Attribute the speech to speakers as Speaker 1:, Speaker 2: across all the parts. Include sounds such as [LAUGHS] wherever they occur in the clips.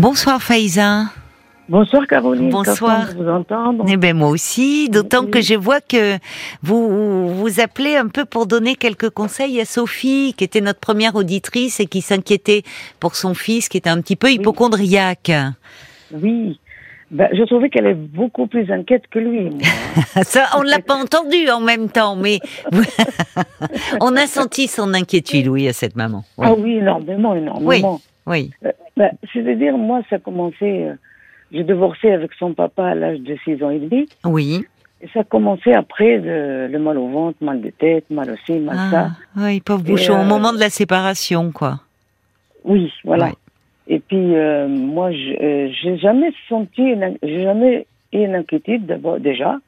Speaker 1: Bonsoir Faiza.
Speaker 2: Bonsoir Caroline.
Speaker 1: Bonsoir.
Speaker 2: Content de vous entendre.
Speaker 1: Eh ben moi aussi, d'autant
Speaker 2: Oui.
Speaker 1: que je vois que vous vous appelez un peu pour donner quelques conseils à Sophie, qui était notre première auditrice et qui s'inquiétait pour son fils qui était un petit peu
Speaker 2: [LAUGHS]
Speaker 1: hypochondriaque.
Speaker 2: Oui. Ben, je trouvais qu'elle est beaucoup plus inquiète que lui. moi.
Speaker 1: Ça, on l'a pas entendu en même temps,
Speaker 2: [LAUGHS]
Speaker 1: mais on a senti son inquiétude, oui, à cette maman. Oui,
Speaker 2: Ah oui, énormément, énormément.
Speaker 1: oui.
Speaker 2: Ben, C'est-à-dire, moi, ça a commencé. euh, J'ai divorcé avec son papa à l'âge de 6 ans et demi.
Speaker 1: oui.
Speaker 2: Et ça a commencé après de- le mal au ventre, mal de tête, mal aussi, mal
Speaker 1: Ah,
Speaker 2: ça.
Speaker 1: oui, pauvre
Speaker 2: Et,
Speaker 1: bouchon, au
Speaker 2: euh,
Speaker 1: moment de la séparation, quoi.
Speaker 2: Oui, voilà.
Speaker 1: Ouais.
Speaker 2: Et puis, euh, moi, je- euh, j'ai jamais senti, une in- j'ai jamais eu une inquiétude d'abord, déjà.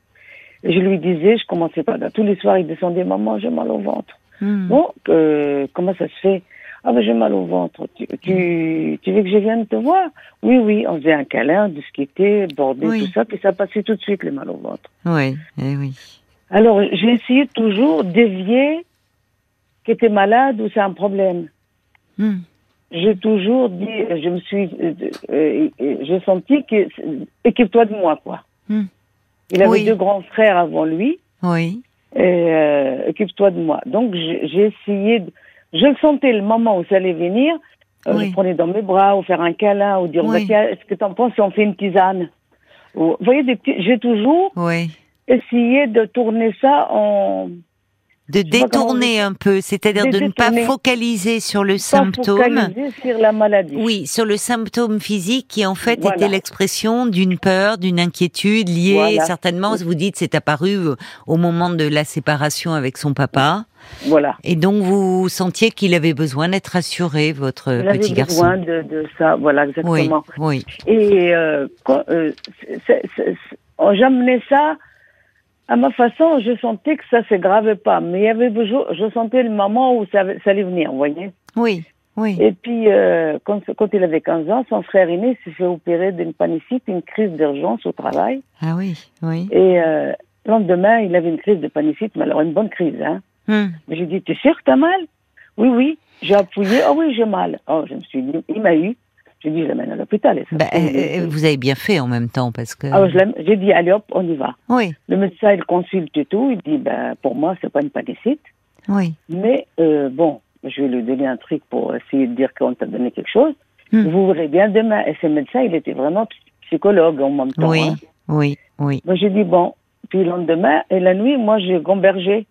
Speaker 2: Et Je lui disais, je commençais pas. Tous les soirs, il descendait, maman, j'ai mal au ventre.
Speaker 1: Hmm.
Speaker 2: Bon, euh, comment ça se fait Ah ben j'ai mal au ventre. Tu, tu, tu veux que je vienne te voir Oui, oui, on faisait un câlin, discuter, border,
Speaker 1: Oui.
Speaker 2: tout ça, puis ça passait tout de suite le mal au ventre.
Speaker 1: Oui, eh oui.
Speaker 2: Alors j'ai essayé toujours d'évier que t'es malade ou c'est un problème.
Speaker 1: Hmm.
Speaker 2: J'ai toujours dit, je me suis, euh, euh, euh, j'ai senti que équipe-toi de moi quoi.
Speaker 1: Hmm.
Speaker 2: Il avait
Speaker 1: Oui.
Speaker 2: deux grands frères avant lui.
Speaker 1: Oui.
Speaker 2: Et, euh, occupe-toi de moi. Donc j'ai j'ai essayé, de- je le sentais le moment où ça allait venir, euh,
Speaker 1: Oui.
Speaker 2: je prenais dans mes bras ou faire un câlin ou dire
Speaker 1: Oui.
Speaker 2: bah, tiens, est-ce que t'en penses si on fait une tisane Ou- Vous voyez, des petits- j'ai toujours
Speaker 1: Oui.
Speaker 2: essayé de tourner ça en
Speaker 1: De
Speaker 2: sais pas comment on
Speaker 1: détourner un peu, c'est-à-dire
Speaker 2: De
Speaker 1: de ne pas
Speaker 2: détourner.
Speaker 1: focaliser sur le
Speaker 2: pas
Speaker 1: symptôme.
Speaker 2: focaliser sur la maladie.
Speaker 1: Oui, sur le symptôme physique qui en fait
Speaker 2: Voilà.
Speaker 1: était l'expression d'une peur, d'une inquiétude liée
Speaker 2: Voilà.
Speaker 1: certainement, vous dites, c'est apparu euh, au moment de la séparation avec son papa.
Speaker 2: Voilà.
Speaker 1: Et donc vous sentiez qu'il avait besoin d'être assuré, votre
Speaker 2: Il avait
Speaker 1: petit
Speaker 2: besoin
Speaker 1: garçon.
Speaker 2: de, de ça, voilà
Speaker 1: Oui,
Speaker 2: exactement.
Speaker 1: oui,
Speaker 2: Et euh, quand, euh, c'est- c'est- c'est- c'est- j'amenais ça à ma façon, je sentais que ça se gravait pas, mais il y avait besoin, je sentais le moment où ça, ça allait venir, vous voyez.
Speaker 1: oui, oui.
Speaker 2: Et puis, euh, quand, quand il avait 15 ans, son frère aîné s'est fait opérer d'une panicite, une crise d'urgence au travail.
Speaker 1: Ah oui, oui.
Speaker 2: Et euh, le lendemain, il avait une crise de panicite, mais alors une bonne crise. Hein.
Speaker 1: Hmm,
Speaker 2: Mais J'ai dit, t'es sûr que t'as mal Oui, oui. J'ai appuyé, ah oui, j'ai mal. Oh, je me suis dit, il m'a eu. J'ai dit, je l'amène à l'hôpital. et ça,
Speaker 1: Bah,
Speaker 2: c'est-
Speaker 1: euh, vous avez bien fait en même temps parce que.
Speaker 2: Ah, je l'ai- j'ai dit, allez hop, on y va.
Speaker 1: Oui,
Speaker 2: Le médecin, il consulte et tout. Il dit, ben, pour moi, c'est pas une panicite.
Speaker 1: oui.
Speaker 2: Mais euh, bon, je vais lui donner un truc pour essayer de dire qu'on t'a donné quelque chose.
Speaker 1: Hmm.
Speaker 2: Vous verrez bien demain. Et ce médecin, il était vraiment psy- psychologue en même temps.
Speaker 1: Oui,
Speaker 2: hein.
Speaker 1: oui, oui.
Speaker 2: Moi, j'ai dit, bon. Puis le lendemain, et la nuit, moi, j'ai gambergé.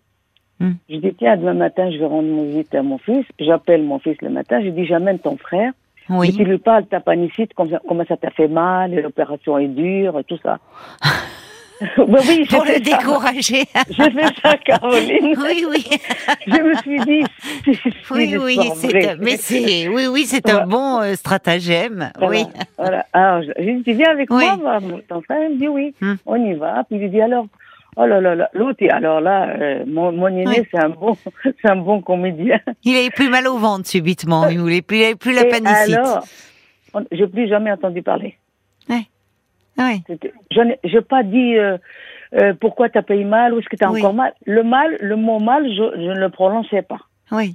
Speaker 1: Hmm.
Speaker 2: Je dis, tiens, demain matin, je vais rendre visite à mon fils. J'appelle mon fils le matin. Je dis, j'amène ton frère. Et tu
Speaker 1: Oui.
Speaker 2: lui parles, ta panicite, comment ça- comment ça t'a fait mal, et l'opération est dure, et tout
Speaker 1: [LAUGHS]
Speaker 2: ça. Ben oui, j'ai [LAUGHS]
Speaker 1: Pour
Speaker 2: fait
Speaker 1: le
Speaker 2: ça.
Speaker 1: décourager. Ah
Speaker 2: J'ai fait ça, Caroline. [LAUGHS]
Speaker 1: oui, oui.
Speaker 2: Je me suis dit, si, si,
Speaker 1: [LAUGHS] Oui,
Speaker 2: je
Speaker 1: oui,
Speaker 2: suis en vrai.
Speaker 1: c'est un, mais c'est, oui, oui, c'est un
Speaker 2: Voilà.
Speaker 1: bon euh, stratagème.
Speaker 2: Voilà,
Speaker 1: Oui,
Speaker 2: voilà. Alors, je- j'ai dit, tu viens avec
Speaker 1: Oui.
Speaker 2: moi, voir mon- ton frère Il me dit oui,
Speaker 1: Hmm.
Speaker 2: on y va. Puis je lui dis, alors, oh là là là, l'autre, il- alors là, euh, mon, mon aîné,
Speaker 1: Oui.
Speaker 2: c'est un bon, [LAUGHS] c'est un bon comédien.
Speaker 1: il avait plus mal au ventre subitement. Il voulait plus, il avait plus la
Speaker 2: Et
Speaker 1: panicite.
Speaker 2: alors, on- j'ai plus jamais entendu parler.
Speaker 1: oui,
Speaker 2: C'était- Je n'ai j'ai pas dit euh, euh, pourquoi t'as payé mal ou est-ce que t'as
Speaker 1: Oui.
Speaker 2: encore mal. Le mal, le mot mal, je, je ne le prononçais pas.
Speaker 1: oui,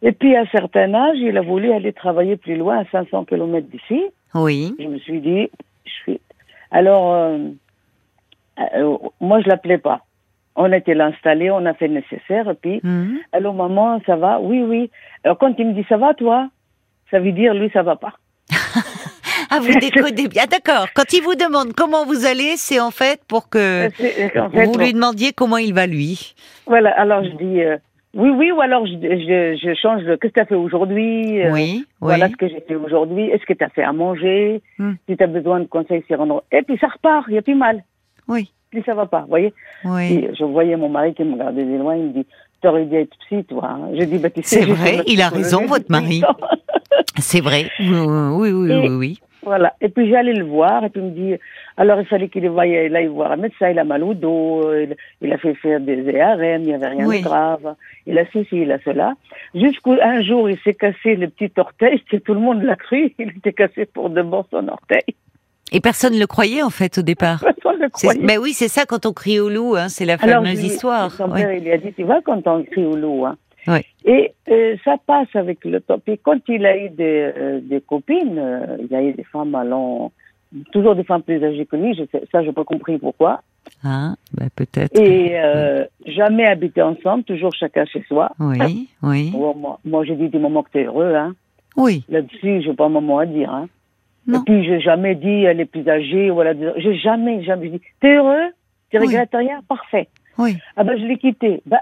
Speaker 2: Et puis, à un certain âge, il a voulu aller travailler plus loin, à 500 km d'ici.
Speaker 1: oui,
Speaker 2: Je me suis dit, je suis. Alors, euh, euh, moi, je l'appelais pas. On était là installé, on a fait le nécessaire, et puis,
Speaker 1: Mhm.
Speaker 2: allô, maman, ça va Oui, oui. Alors, quand il me dit, ça va, toi Ça veut dire, lui, ça va pas.
Speaker 1: Ah,
Speaker 2: [LAUGHS]
Speaker 1: vous décodez bien. Ah, d'accord. Quand il vous demande comment vous allez, c'est en fait pour que
Speaker 2: C'est- en fait,
Speaker 1: vous lui demandiez comment il va lui.
Speaker 2: voilà, alors je dis, euh, oui, oui, ou alors je, je, je change, le, qu'est-ce que tu as fait aujourd'hui Euh,
Speaker 1: oui, oui.
Speaker 2: Voilà ce que j'ai fait aujourd'hui. Est-ce que tu as fait à manger
Speaker 1: Hmm.
Speaker 2: Si tu as besoin de conseils, c'est rendre. Et puis ça repart, il n'y a plus mal.
Speaker 1: Oui.
Speaker 2: Puis ça va pas, vous voyez.
Speaker 1: Oui.
Speaker 2: Et je voyais mon mari qui me regardait de loin, il me dit T'aurais dû être psy, toi. hein. Je dis bah, tu sais,
Speaker 1: C'est
Speaker 2: j'ai
Speaker 1: vrai,
Speaker 2: fait ma
Speaker 1: il a
Speaker 2: psychologie
Speaker 1: raison, votre
Speaker 2: depuis [LAUGHS]
Speaker 1: mari.
Speaker 2: huit ans.
Speaker 1: C'est vrai. Oui, oui, oui, oui,
Speaker 2: Et-
Speaker 1: oui.
Speaker 2: voilà. Et puis j'allais le voir, et puis il me dit Alors il fallait qu'il aille il aille voir un médecin, il a mal au dos, euh, il, il a fait faire des ARM, il n'y avait rien
Speaker 1: Oui.
Speaker 2: de grave. Il a ceci, il a cela. Jusqu'à un jour, il s'est cassé le petit orteil, [LAUGHS] c'est- tout le monde l'a cru, il était cassé pour de bon son orteil. [LAUGHS]
Speaker 1: Et personne ne le croyait en fait au départ.
Speaker 2: Personne ne
Speaker 1: C'est-
Speaker 2: croyait.
Speaker 1: Mais oui, c'est ça quand on crie au loup, hein, c'est la fameuse
Speaker 2: je lui-
Speaker 1: histoire.
Speaker 2: Son
Speaker 1: Oui.
Speaker 2: père, il lui a dit, tu vois, quand on crie au loup, hein,
Speaker 1: Ouais.
Speaker 2: Et euh, ça passe avec le temps. Puis quand il a eu des, euh, des copines, euh, il a eu des femmes allant, toujours des femmes plus âgées que lui, je sais, ça je n'ai pas compris pourquoi.
Speaker 1: Ah, bah, peut-être. [LAUGHS]
Speaker 2: Et euh, jamais habité ensemble, toujours chacun chez soi.
Speaker 1: Oui,
Speaker 2: [LAUGHS]
Speaker 1: oui.
Speaker 2: Bon, moi, moi, j'ai dit du moment que tu es heureux, hein.
Speaker 1: Oui,
Speaker 2: là-dessus, j'ai pas un moment à dire. Hein.
Speaker 1: Non.
Speaker 2: Et puis, j'ai jamais dit euh, les plus âgés, voilà, des- j'ai jamais, jamais dit, t'es heureux, tu
Speaker 1: Oui.
Speaker 2: regrettes rien, parfait.
Speaker 1: oui.
Speaker 2: Ah ben, je l'ai quitté. Bah,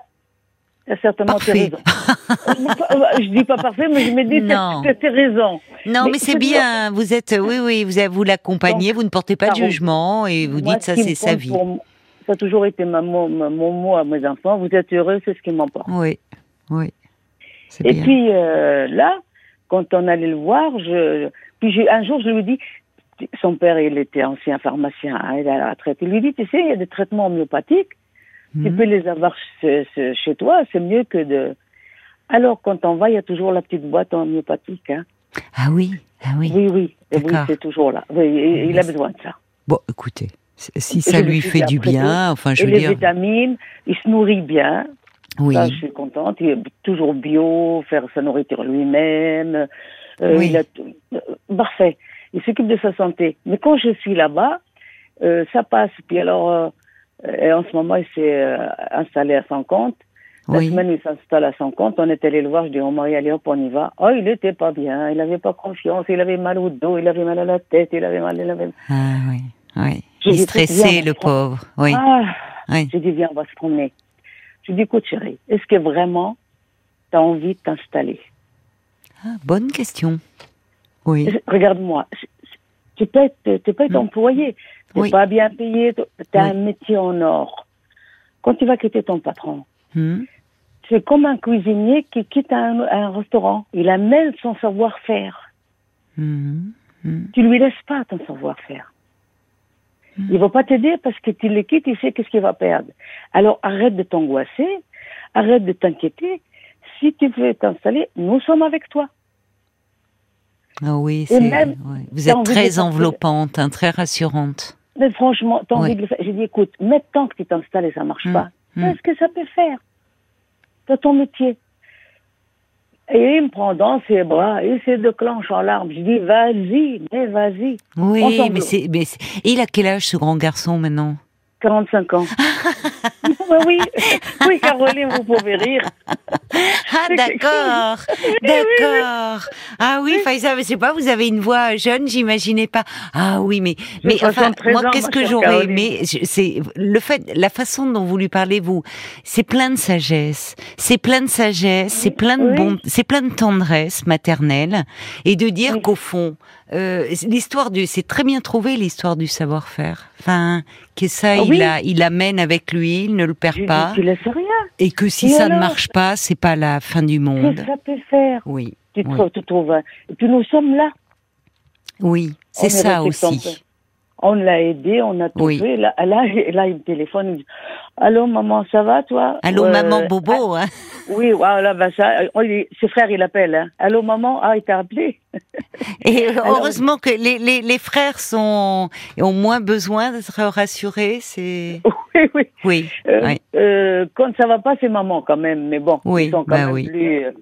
Speaker 2: t'as certainement t'es
Speaker 1: Parfait.
Speaker 2: raison. je dis pas parfait, mais je me dis,
Speaker 1: Non.
Speaker 2: t'as- t'as t'as raison.
Speaker 1: Non, mais,
Speaker 2: Mais
Speaker 1: c'est
Speaker 2: je-
Speaker 1: bien. Vous êtes, oui, oui, vous vous l'accompagnez, vous ne portez pas de
Speaker 2: Caro,
Speaker 1: jugement et vous
Speaker 2: Moi,
Speaker 1: dites
Speaker 2: ce
Speaker 1: ça,
Speaker 2: qui me
Speaker 1: c'est sa
Speaker 2: compte
Speaker 1: vie.
Speaker 2: pour moi, ça a toujours été ma, mon, mon- mon mot à mes enfants, vous êtes heureux, c'est ce qui m'emporte.
Speaker 1: Oui, oui. C'est
Speaker 2: Et
Speaker 1: bien.
Speaker 2: puis, euh, là, quand on allait le voir, je, puis j'ai- un jour, je lui dis, son père, il était ancien pharmacien, hein, il a la retraite. Il lui dit, tu sais, il y a des traitements homéopathiques, tu
Speaker 1: Mhm.
Speaker 2: peux les avoir chez, chez- chez toi, c'est mieux que de... Alors, quand on va, il y a toujours la petite boîte en homéopathique. Hein.
Speaker 1: Ah oui, ah oui.
Speaker 2: Oui, oui, Et oui,
Speaker 1: D'accord.
Speaker 2: c'est toujours là. Oui, et- et il a besoin de ça.
Speaker 1: Bon, écoutez, c- si ça
Speaker 2: je me
Speaker 1: lui
Speaker 2: suis
Speaker 1: fait du
Speaker 2: apprêtée.
Speaker 1: bien, enfin, je
Speaker 2: et
Speaker 1: veux
Speaker 2: les
Speaker 1: dire,
Speaker 2: vitamines, il se nourrit bien.
Speaker 1: oui,
Speaker 2: Ça, je suis contente. Il est toujours bio, faire sa nourriture lui-même. Euh,
Speaker 1: Oui.
Speaker 2: il a tout- euh, parfait. Il s'occupe de sa santé. Mais quand je suis là-bas, euh, ça passe. Puis alors, euh, et en ce moment, il s'est euh, installé à son compte. La
Speaker 1: oui.
Speaker 2: semaine, il s'installe à son compte. On est allé le voir. Je dis, oh, Marie, allez hop, on y va. Oh, il n'était pas bien. Il n'avait pas confiance. Il avait mal au dos. Il avait mal à la tête. Il avait mal. Il avait...
Speaker 1: Ah oui, oui.
Speaker 2: Je
Speaker 1: Il
Speaker 2: lui ai fait
Speaker 1: stressait,
Speaker 2: bien,
Speaker 1: le
Speaker 2: franchement.
Speaker 1: pauvre. Oui,
Speaker 2: Ah,
Speaker 1: oui.
Speaker 2: J'ai dit, viens, on va se promener. Je lui ai dit, écoute, chérie, est-ce que vraiment tu as envie de t'installer
Speaker 1: Ah, bonne question. Oui,
Speaker 2: Je- Regarde-moi, je- je- tu peux être, tu peux être
Speaker 1: Mm.
Speaker 2: employé, tu
Speaker 1: Oui.
Speaker 2: pas bien payé, tu as
Speaker 1: Oui.
Speaker 2: un métier en or. Quand tu vas quitter ton patron,
Speaker 1: Hmm.
Speaker 2: c'est comme un cuisinier qui quitte un, un restaurant. Il amène son savoir-faire.
Speaker 1: Hmm. Hmm.
Speaker 2: Tu lui laisses pas ton savoir-faire.
Speaker 1: Mm.
Speaker 2: Il ne va pas t'aider parce que tu le quittes, il sait qu'est-ce qu'il va perdre. Alors arrête de t'angoisser, arrête de t'inquiéter. Si tu veux t'installer, nous sommes avec toi.
Speaker 1: Ah oui, c'est.
Speaker 2: même,
Speaker 1: ouais. Vous
Speaker 2: t'as
Speaker 1: êtes
Speaker 2: envie de
Speaker 1: très
Speaker 2: sortir.
Speaker 1: enveloppante, hein, très rassurante.
Speaker 2: Mais franchement, t'as envie
Speaker 1: Ouais.
Speaker 2: de le faire. J'ai dit, écoute, mais tant que tu t'installes et ça marche
Speaker 1: Mm,
Speaker 2: pas,
Speaker 1: mm.
Speaker 2: qu'est-ce que ça peut faire T'as ton métier. Et il me prend dans ses bras, il se déclenche en larmes. Je dis, vas-y, mais vas-y.
Speaker 1: Oui,
Speaker 2: Ensemble.
Speaker 1: mais c'est. mais c'est- Et il a quel âge ce grand garçon maintenant
Speaker 2: 45 ans. Il dit, bah oui, oui, Caroline, vous pouvez rire.
Speaker 1: [LAUGHS] Ah
Speaker 2: C'est quelque
Speaker 1: d'accord,
Speaker 2: [LAUGHS]
Speaker 1: d'accord. Ah oui, Faïsa, mais je sais pas, vous avez une voix jeune, j'imaginais pas. Ah oui, mais mais enfin,
Speaker 2: 73
Speaker 1: moi,
Speaker 2: ans,
Speaker 1: qu'est-ce
Speaker 2: ma
Speaker 1: que
Speaker 2: chère
Speaker 1: j'aurais
Speaker 2: Caroline.
Speaker 1: aimé je- C'est le fait, la façon dont vous lui parlez, vous, c'est plein de sagesse, c'est plein de sagesse, c'est plein de
Speaker 2: oui.
Speaker 1: bon, c'est plein de tendresse maternelle, et de dire
Speaker 2: Oui.
Speaker 1: qu'au fond, euh, l'histoire du, c'est très bien trouvé l'histoire du savoir-faire. Enfin, que ça,
Speaker 2: Ah
Speaker 1: il
Speaker 2: oui.
Speaker 1: a, il amène avec lui, il ne le
Speaker 2: Je
Speaker 1: perd
Speaker 2: lui
Speaker 1: pas,
Speaker 2: dis, tu laisses rien.
Speaker 1: et que si
Speaker 2: Et
Speaker 1: ça ne
Speaker 2: alors
Speaker 1: marche pas, c'est pas la fin du
Speaker 2: Qu'est-ce
Speaker 1: monde.
Speaker 2: que ça peut faire
Speaker 1: Oui,
Speaker 2: Tu te
Speaker 1: Oui.
Speaker 2: trouves- tu trouves. un- Et puis nous sommes là.
Speaker 1: oui, c'est
Speaker 2: On est
Speaker 1: ça
Speaker 2: resté sans
Speaker 1: aussi.
Speaker 2: paix. On l'a aidé, on a tout
Speaker 1: Oui.
Speaker 2: fait. Là, là, [LAUGHS] il- là, il me téléphone. Il me dit, Allô, maman, ça va, toi
Speaker 1: Allô,
Speaker 2: Euh,
Speaker 1: maman Bobo, hein
Speaker 2: ah, oui, voilà, bah, ça, euh, oh, il est- ses frères, il appelle. Hein. Allô, maman Ah, il t'a appelé [LAUGHS]
Speaker 1: Et heureusement que les, les, les frères sont ont moins besoin d'être rassurés. C'est
Speaker 2: Oui, oui.
Speaker 1: oui,
Speaker 2: Euh,
Speaker 1: Oui.
Speaker 2: euh, quand ça va pas, c'est maman quand même. Mais bon,
Speaker 1: Oui,
Speaker 2: ils sont quand
Speaker 1: bah
Speaker 2: même
Speaker 1: oui.
Speaker 2: plus... euh,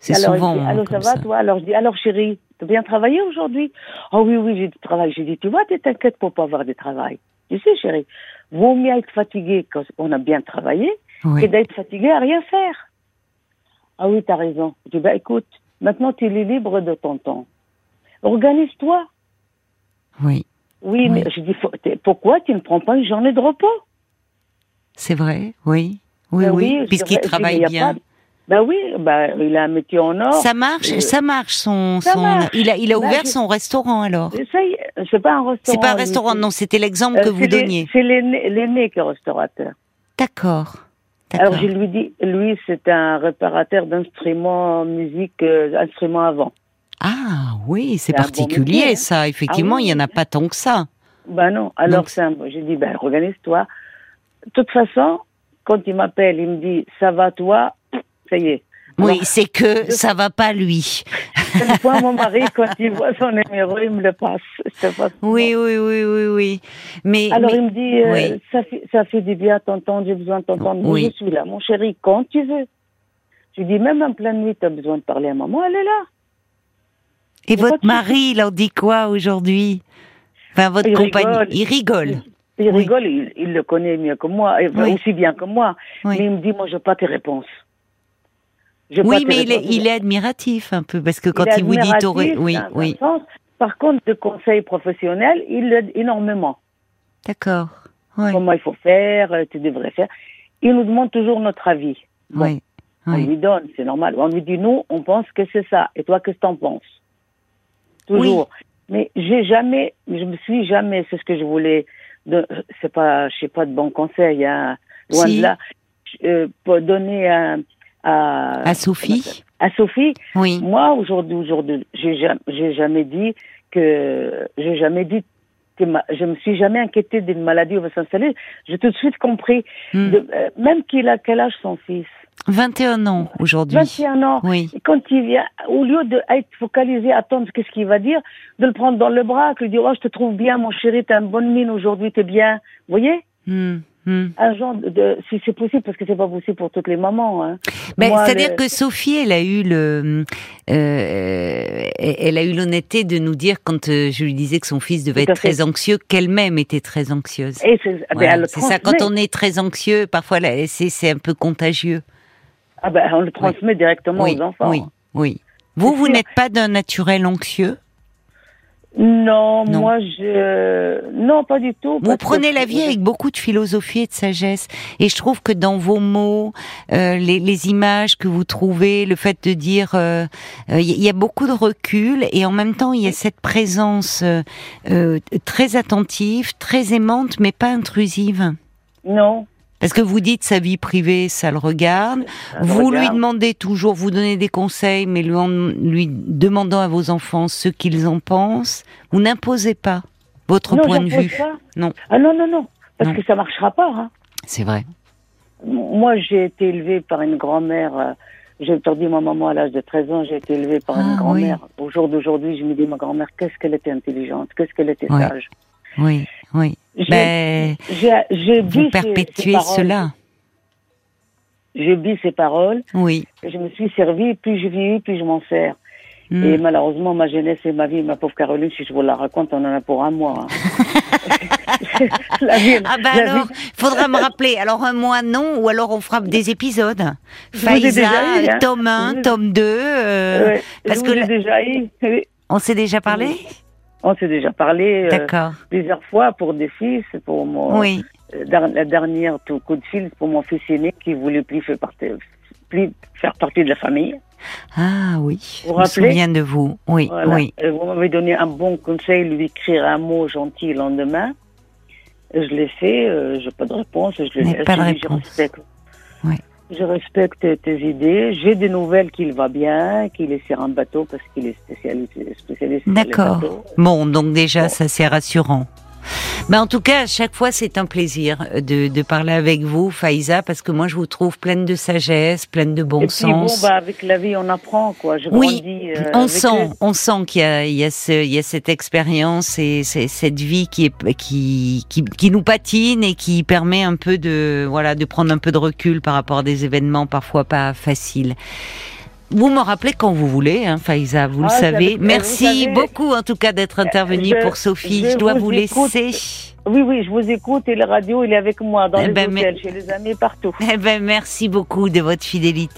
Speaker 1: c'est
Speaker 2: alors, il
Speaker 1: souvent
Speaker 2: dit,
Speaker 1: hein,
Speaker 2: Allô, ça
Speaker 1: comme
Speaker 2: va,
Speaker 1: ça.
Speaker 2: toi Alors, je dis, alors, chérie, t'as bien travaillé aujourd'hui Oh oui, oui, j'ai du travail. J'ai dit, tu vois, tu t'inquiètes pour pas avoir de travail. Tu sais, chérie, vaut mieux être fatigué quand on a bien travaillé
Speaker 1: Oui.
Speaker 2: et d'être fatigué à rien faire. Ah oui, t'as raison. Je dis, bah écoute, maintenant tu es libre de ton temps. Organise-toi.
Speaker 1: oui,
Speaker 2: Oui,
Speaker 1: Oui.
Speaker 2: mais je dis, faut- t'es- pourquoi tu ne prends pas une journée de repos
Speaker 1: c'est vrai. Oui, oui,
Speaker 2: Ben
Speaker 1: oui,
Speaker 2: je
Speaker 1: puisqu'il
Speaker 2: dirais- je dis, mais
Speaker 1: travaille
Speaker 2: y a
Speaker 1: bien.
Speaker 2: pas- Ben oui, ben, il a un métier en or.
Speaker 1: Ça marche,
Speaker 2: Euh,
Speaker 1: ça marche. Son,
Speaker 2: ça
Speaker 1: son-
Speaker 2: marche.
Speaker 1: il a, il a
Speaker 2: Là,
Speaker 1: ouvert
Speaker 2: je-
Speaker 1: son restaurant alors.
Speaker 2: Essaye, c'est pas un restaurant.
Speaker 1: C'est pas un
Speaker 2: lui,
Speaker 1: restaurant,
Speaker 2: c'est-
Speaker 1: non, c'était l'exemple
Speaker 2: euh,
Speaker 1: que vous
Speaker 2: c'est l'ai-
Speaker 1: donniez.
Speaker 2: C'est l'aîné l'aîné qui est restaurateur.
Speaker 1: D'accord,
Speaker 2: Alors
Speaker 1: d'accord.
Speaker 2: je lui dis, lui c'est un réparateur d'instruments musique, euh, instruments avant.
Speaker 1: Ah oui, c'est
Speaker 2: C'est un bon
Speaker 1: particulier
Speaker 2: métier, hein.
Speaker 1: ça. Effectivement, il y en a pas tant que ça.
Speaker 2: Ben non, alors
Speaker 1: Donc-
Speaker 2: c'est un... J'ai dit, ben organise-toi. De toute façon, quand il m'appelle, il me dit, ça va toi Ça y est.
Speaker 1: Oui,
Speaker 2: Alors,
Speaker 1: c'est que ça va pas lui. [LAUGHS]
Speaker 2: Une fois, mon mari, quand il voit son numéro, il me le passe. Je sais pas comment.
Speaker 1: Oui, oui, oui, oui, oui. Mais,
Speaker 2: Alors
Speaker 1: mais-
Speaker 2: il me dit, euh,
Speaker 1: oui.
Speaker 2: ça, fait, ça fait du bien à t'entendre, j'ai besoin de t'entendre. Mais
Speaker 1: Oui.
Speaker 2: Je suis là, mon chéri, quand tu veux. Tu dis, même en pleine nuit, tu as besoin de parler à maman, elle est là.
Speaker 1: Et
Speaker 2: Pourquoi
Speaker 1: votre
Speaker 2: tu-
Speaker 1: mari, il en dit quoi aujourd'hui Enfin, votre
Speaker 2: Il
Speaker 1: compagnie,
Speaker 2: rigole.
Speaker 1: il rigole.
Speaker 2: Il
Speaker 1: Oui.
Speaker 2: rigole, il, il le connaît mieux que moi, et
Speaker 1: Oui.
Speaker 2: aussi bien que moi.
Speaker 1: Oui.
Speaker 2: Mais il me dit, moi, je n'ai pas tes réponses. J'ai pas
Speaker 1: Oui,
Speaker 2: tes
Speaker 1: mais il est,
Speaker 2: réponses.
Speaker 1: il est admiratif un peu parce que quand il, vous dit
Speaker 2: admiratif,
Speaker 1: t'aurais- oui,
Speaker 2: dans un
Speaker 1: oui,
Speaker 2: sens. Par contre, de conseils professionnels, il l'aide énormément.
Speaker 1: d'accord, oui,
Speaker 2: Comment il faut faire, euh, tu devrais faire. Il nous demande toujours notre avis. Bon,
Speaker 1: oui,
Speaker 2: On
Speaker 1: oui.
Speaker 2: lui donne, c'est normal. On lui dit, nous, on pense que c'est ça. Et toi, qu'est-ce que t'en penses
Speaker 1: Oui.
Speaker 2: Toujours. Mais j'ai jamais, je me suis jamais, c'est ce que je voulais, de- c'est pas, je sais pas de bons conseils, hein, loin
Speaker 1: Si.
Speaker 2: de là, euh, pour donner à, à,
Speaker 1: à Mm. Sophie,
Speaker 2: à Sophie,
Speaker 1: oui,
Speaker 2: moi, aujourd'hui, aujourd'hui, j'ai jamais, j'ai jamais dit que, j'ai jamais dit que ma- je me suis jamais inquiétée d'une maladie où va s'installer. J'ai tout de suite compris,
Speaker 1: Hmm.
Speaker 2: de- euh, même qu'il a quel âge son fils
Speaker 1: 21 ans aujourd'hui,
Speaker 2: 21 ans.
Speaker 1: oui,
Speaker 2: Et quand il vient, au lieu d'être focalisé, attendre qu'est-ce qu'il va dire, de le prendre dans le bras, que lui dire, oh, je te trouve bien, mon chéri, t'as une bonne mine aujourd'hui, t'es bien. Vous voyez?
Speaker 1: Hmm, hmm.
Speaker 2: Un genre de, de- si c'est possible, parce que c'est pas possible pour toutes les mamans, hein.
Speaker 1: Ben,
Speaker 2: Moi,
Speaker 1: C'est-à-dire
Speaker 2: le-
Speaker 1: que Sophie, elle a eu le, euh, elle a eu l'honnêteté de nous dire quand euh, je lui disais que son fils devait
Speaker 2: Tout à
Speaker 1: être très
Speaker 2: fait.
Speaker 1: anxieux qu'elle-même était très anxieuse.
Speaker 2: Et c'est, ben,
Speaker 1: Voilà,
Speaker 2: elle le
Speaker 1: c'est ça. Quand
Speaker 2: transmet.
Speaker 1: on est très anxieux, parfois là, c'est c'est un peu contagieux.
Speaker 2: Ah ben, on le transmet directement
Speaker 1: oui,
Speaker 2: aux enfants.
Speaker 1: oui, oui. Vous,
Speaker 2: C'est
Speaker 1: vous
Speaker 2: sûr.
Speaker 1: n'êtes pas d'un naturel anxieux.
Speaker 2: Non,
Speaker 1: Non.
Speaker 2: moi, je, non, pas du tout.
Speaker 1: Vous
Speaker 2: parce que-
Speaker 1: prenez la vie avec beaucoup de philosophie et de sagesse. Et je trouve que dans vos mots, euh, les, les images que vous trouvez, le fait de dire, euh, euh, il y il y a beaucoup de recul et en même temps il y a cette présence euh, euh, très attentive, très aimante, mais pas intrusive.
Speaker 2: Non.
Speaker 1: Parce que vous dites sa vie privée, ça le regarde. Vous lui
Speaker 2: Regarde.
Speaker 1: demandez toujours, vous donnez des conseils, mais lui, en- lui demandant à vos enfants ce qu'ils en pensent. Vous n'imposez pas votre
Speaker 2: Non,
Speaker 1: point de
Speaker 2: j'impose
Speaker 1: vue.
Speaker 2: pas.
Speaker 1: Non.
Speaker 2: Ah non, non, non. Parce
Speaker 1: Non.
Speaker 2: que ça marchera pas, hein.
Speaker 1: C'est vrai.
Speaker 2: Moi, j'ai été élevée par une grand-mère. euh, J'ai perdu ma maman à l'âge de 13 ans. J'ai été élevée par
Speaker 1: Ah,
Speaker 2: une grand-mère. Au jour d'aujourd'hui, je me dis, ma grand-mère, qu'est-ce qu'elle était intelligente, qu'est-ce qu'elle était
Speaker 1: Ouais.
Speaker 2: sage.
Speaker 1: Oui, oui.
Speaker 2: J'ai-
Speaker 1: Ben,
Speaker 2: J'ai j'ai
Speaker 1: vous
Speaker 2: bu ces- ces
Speaker 1: perpétuez
Speaker 2: paroles.
Speaker 1: cela.
Speaker 2: J'ai bu ces paroles.
Speaker 1: Oui.
Speaker 2: et Je me suis servie. Plus je vieillis, plus je m'en sers.
Speaker 1: Mm.
Speaker 2: Et malheureusement, ma jeunesse et ma vie, ma pauvre Caroline, si je vous la raconte, on en a pour
Speaker 1: [LAUGHS]
Speaker 2: un mois. hein. la vie,
Speaker 1: Ah bah
Speaker 2: la vie-
Speaker 1: alors, faudra me rappeler. Alors un mois non, ou alors on frappe des épisodes.
Speaker 2: Je vous ai
Speaker 1: Faïza,
Speaker 2: déjà eu, hein.
Speaker 1: tome 1,
Speaker 2: Je-
Speaker 1: tome 2. euh,
Speaker 2: Ouais, je
Speaker 1: parce
Speaker 2: vous
Speaker 1: que
Speaker 2: ai
Speaker 1: la-
Speaker 2: déjà eu. oui,
Speaker 1: On s'est déjà parlé
Speaker 2: On s'est déjà parlé euh,
Speaker 1: D'accord.
Speaker 2: plusieurs fois pour des fils, pour mon,
Speaker 1: Oui.
Speaker 2: Euh, Dar- la dernière tout coup de fil pour mon fils aîné qui voulait plus faire partie, plus faire partie de la famille.
Speaker 1: Ah oui. je
Speaker 2: Vous vous
Speaker 1: me
Speaker 2: rappelez
Speaker 1: souviens de vous. Oui,
Speaker 2: Voilà.
Speaker 1: oui.
Speaker 2: Et vous m'avez donné un bon conseil, lui écrire un mot gentil le lendemain. Et Je l'ai fait, euh, j'ai pas de réponse, je l'ai
Speaker 1: Mais
Speaker 2: laisse,
Speaker 1: pas de
Speaker 2: je dis, je
Speaker 1: réponse.
Speaker 2: respecte.
Speaker 1: Ouais.
Speaker 2: Je respecte tes idées. J'ai des nouvelles qu'il va bien, qu'il est sur un bateau parce qu'il est spécialiste, spécialiste sur les
Speaker 1: D'accord.
Speaker 2: bateaux.
Speaker 1: Bon, donc déjà,
Speaker 2: Bon.
Speaker 1: ça c'est rassurant. Mais en tout cas, à chaque fois, c'est un plaisir euh, de, de parler avec vous, Faïza, parce que moi, je vous trouve pleine de sagesse, pleine de bon
Speaker 2: Et puis bon,
Speaker 1: sens.
Speaker 2: bah, avec la vie, on apprend quoi. Je
Speaker 1: Oui,
Speaker 2: grandis, euh,
Speaker 1: on
Speaker 2: avec
Speaker 1: sent, on sent qu'il y a, il y a, ce, il y a cette expérience et c'est- cette vie qui, est, qui, qui, qui nous patine et qui permet un peu de, voilà, de prendre un peu de recul par rapport à des événements parfois pas faciles. Vous me rappelez quand vous voulez, hein, Faïza, vous le
Speaker 2: Ah, c'est
Speaker 1: savez.
Speaker 2: avec-
Speaker 1: Merci
Speaker 2: vous savez-
Speaker 1: beaucoup en tout cas d'être intervenu
Speaker 2: je-
Speaker 1: pour Sophie.
Speaker 2: je
Speaker 1: Je, dois
Speaker 2: vous
Speaker 1: vous
Speaker 2: écoute.
Speaker 1: laisser.
Speaker 2: Oui, oui, je vous écoute et la radio, il est avec moi dans
Speaker 1: Eh
Speaker 2: les
Speaker 1: ben,
Speaker 2: hôtels, chez les amis, partout.
Speaker 1: Eh ben, merci beaucoup de votre fidélité.